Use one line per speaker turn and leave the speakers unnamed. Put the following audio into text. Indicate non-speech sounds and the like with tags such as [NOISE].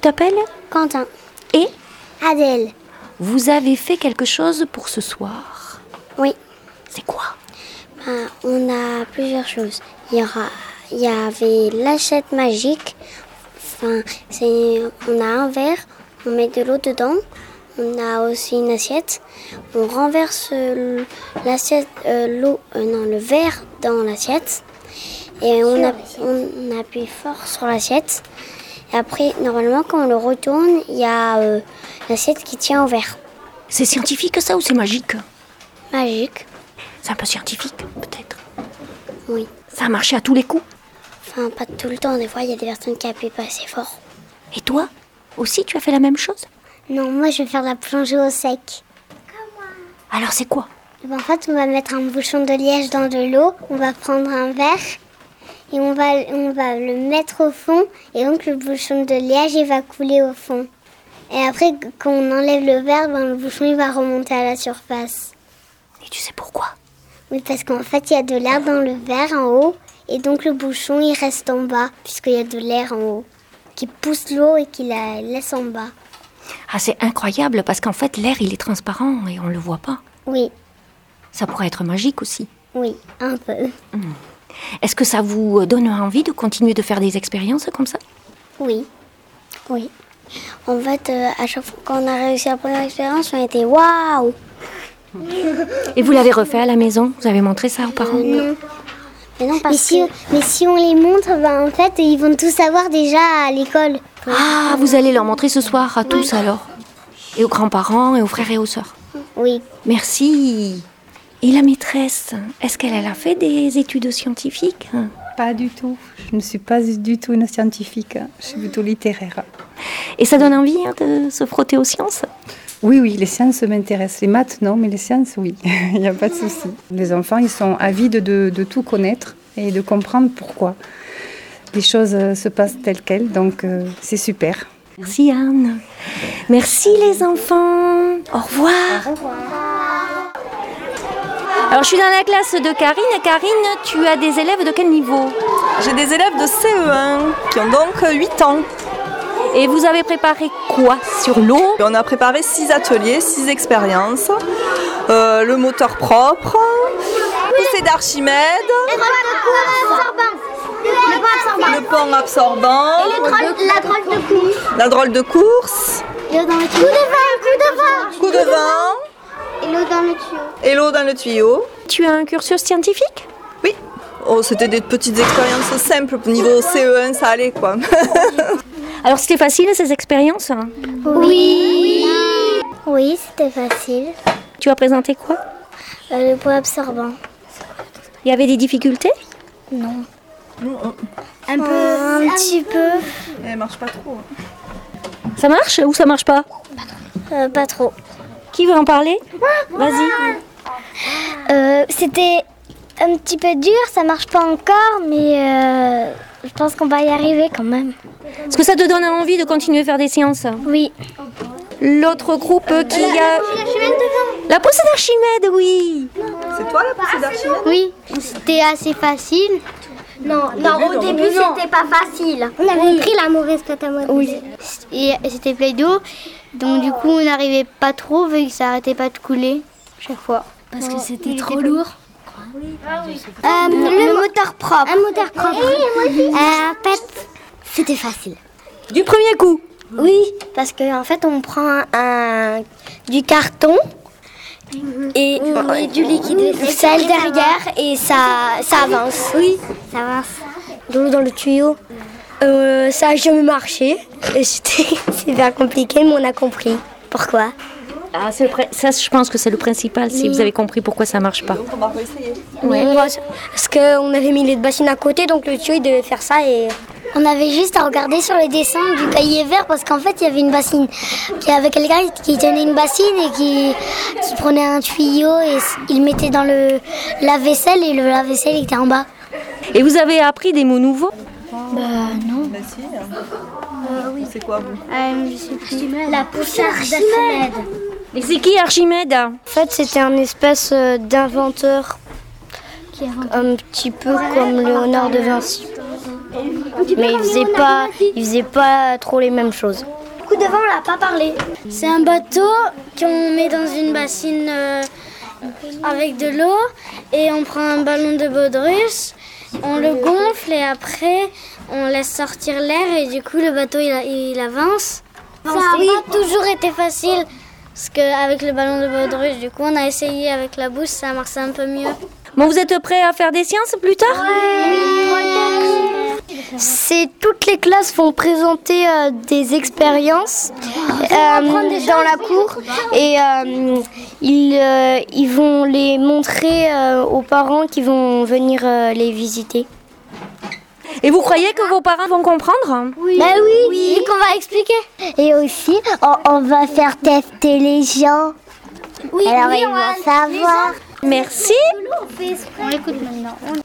t'appelles
Quentin,
Et
Adèle,
vous avez fait quelque chose pour ce soir.
oui,
C'est quoi
ben, on a plusieurs choses. Il y, aura, il y avait l'assiette magique. Enfin, c'est, on a un verre, on met de l'eau dedans. On a aussi une assiette. On renverse euh, l'assiette, euh, l'eau, euh, non, le verre dans l'assiette. Et on, a- on appuie fort sur l'assiette. Et après, normalement, quand on le retourne, il y a euh, l'assiette qui tient au verre.
C'est scientifique ça ou c'est magique
Magique,
C'est un peu scientifique, peut-être.
oui.
Ça a marché à tous les coups.
Enfin, pas tout le temps. Des fois, il y a des personnes qui appuient pas assez fort.
Et toi Aussi, tu as fait la même chose
Non, moi, je vais faire la plongée au sec.
Alors c'est quoi
En fait, on va mettre un bouchon de liège dans de l'eau. On va prendre un verre et on va, on va le mettre au fond. Et donc, le bouchon de liège, il va couler au fond. Et après, quand on enlève le verre, ben, le bouchon, il va remonter à la surface.
Et tu sais pourquoi
Oui, parce qu'en fait, il y a de l'air dans le verre en haut. Et donc, le bouchon, il reste en bas, puisqu'il y a de l'air en haut, qui pousse l'eau et qui la laisse en bas.
Ah, c'est incroyable parce qu'en fait, l'air, il est transparent et on le voit pas.
Oui,
Ça pourrait être magique aussi.
oui, un peu.
Est-ce que ça vous donne envie de continuer de faire des expériences comme ça
Oui. Oui. En fait, euh, à chaque fois qu'on a réussi la première expérience, on était waouh
Et vous l'avez refait à la maison Vous avez montré ça aux parents
Mais non, parce que... mais si on les montre, ben, en fait, ils vont tout savoir déjà à l'école.
Ah, vous allez leur montrer ce soir à tous alors Et aux grands-parents et aux frères et aux sœurs
Oui.
Merci Et la maîtresse, est-ce qu'elle elle a fait des études scientifiques
Pas du tout. Je ne suis pas du tout une scientifique. Je suis plutôt littéraire.
Et ça donne envie hein, de se frotter aux sciences
Oui, oui, les sciences m'intéressent. Les maths, non, mais les sciences, oui. [LAUGHS] Il n'y a pas de souci. Les enfants, ils sont avides de, de tout connaître et de comprendre pourquoi les choses euh, se passent telles quelles. Donc, euh, c'est super.
Merci Anne. Merci les enfants. Au revoir. Alors je suis dans la classe de Karine. Karine, tu as des élèves de quel niveau
J'ai des élèves de CE1 qui ont donc 8 ans.
Et vous avez préparé quoi sur l'eau
Et on a préparé 6 ateliers, 6 expériences. Euh, le moteur propre, poussée d'Archimède, le pont absorbant,
La drôle de coup.
la drôle de course,
L'eau dans le tuyau. Coup de
coup de vent
Et l'eau dans le tuyau.
et l'eau dans le tuyau.
Tu as un cursus scientifique
Oui. Oh, c'était des petites expériences simples. Niveau CE1, ça allait quoi. [LAUGHS]
Alors c'était facile ces expériences hein.
Oui. Oui, c'était facile.
Tu as présenté quoi
Euh, le pot absorbant.
Il y avait des difficultés
Un, peu, un petit peu.
Elle marche pas trop. hein.
Ça marche ou ça marche pas
Euh, pas trop.
Qui veut en parler Vas-y.
Euh, c'était un petit peu dur, ça marche pas encore, mais euh, je pense qu'on va y arriver quand même.
Est-ce que ça te donne envie de continuer à faire des séances
Oui.
L'autre groupe qui a... La poussée d'Archimède, oui
C'est toi la poussée d'Archimède
Oui, c'était assez facile. Non, non, au début c'était pas facile. On avait pris la mauvaise pâte à modeler. Oui. Et c'était plein d'eau, donc du coup on n'arrivait pas trop vu que ça arrêtait pas de couler chaque fois. Parce que c'était trop lourd. Euh, le, moteur propre. Eh, Un moteur propre. Euh, en fait, c'était facile.
Du premier coup
Oui, parce qu'en fait, on prend un, du carton et, du liquide sel derrière et ça, ça avance. Oui, ça avance. De l'eau dans le tuyau. Euh, ça a jamais marché. Et C'était [LAUGHS] super compliqué, mais on a compris. Pourquoi
Ah, c'est le pri- ça, je pense que c'est le principal, si vous avez compris pourquoi ça marche pas.
On va réessayer.
Parce qu'on avait mis les bassines à côté, donc le tuyau il devait faire ça et. On avait juste à regarder sur le dessin du cahier vert parce qu'en fait il y avait une bassine. Il y avait quelqu'un qui tenait une bassine et qui, qui prenait un tuyau et s- il mettait dans le lave-vaisselle et le lave-vaisselle était en bas.
Et vous avez appris des mots nouveaux
Bah si. C'est quoi vous
La poussière d'Archimède.
Et c'est qui Archimède
En fait c'était un espèce
euh,
d'inventeur. Un petit peu comme Léonard de Vinci.
mais ils faisaient pas, ils faisaient pas trop les mêmes choses. Du coup, devant, on l'a pas parlé. C'est un bateau qu'on met dans une bassine euh, avec de l'eau et on prend un ballon de baudruche, on le gonfle et après on laisse sortir l'air et du coup le bateau il, a- il avance. Ça n'a pas toujours été facile parce qu'avec le ballon de baudruche, du coup on a essayé avec la bouche, ça marchait un peu mieux.
Bon, vous êtes prêts à faire des sciences plus tard
C'est toutes les classes vont présenter euh, des expériences euh, dans la cour et euh, ils, euh, ils vont les montrer euh, aux parents qui vont venir euh, les visiter.
Et vous croyez que vos parents vont comprendre
Oui, oui, et qu'on va expliquer.
Et aussi, on, on va faire tester les gens.
Oui,
Alors, ils vont savoir.
Merci.
On l'écoute maintenant.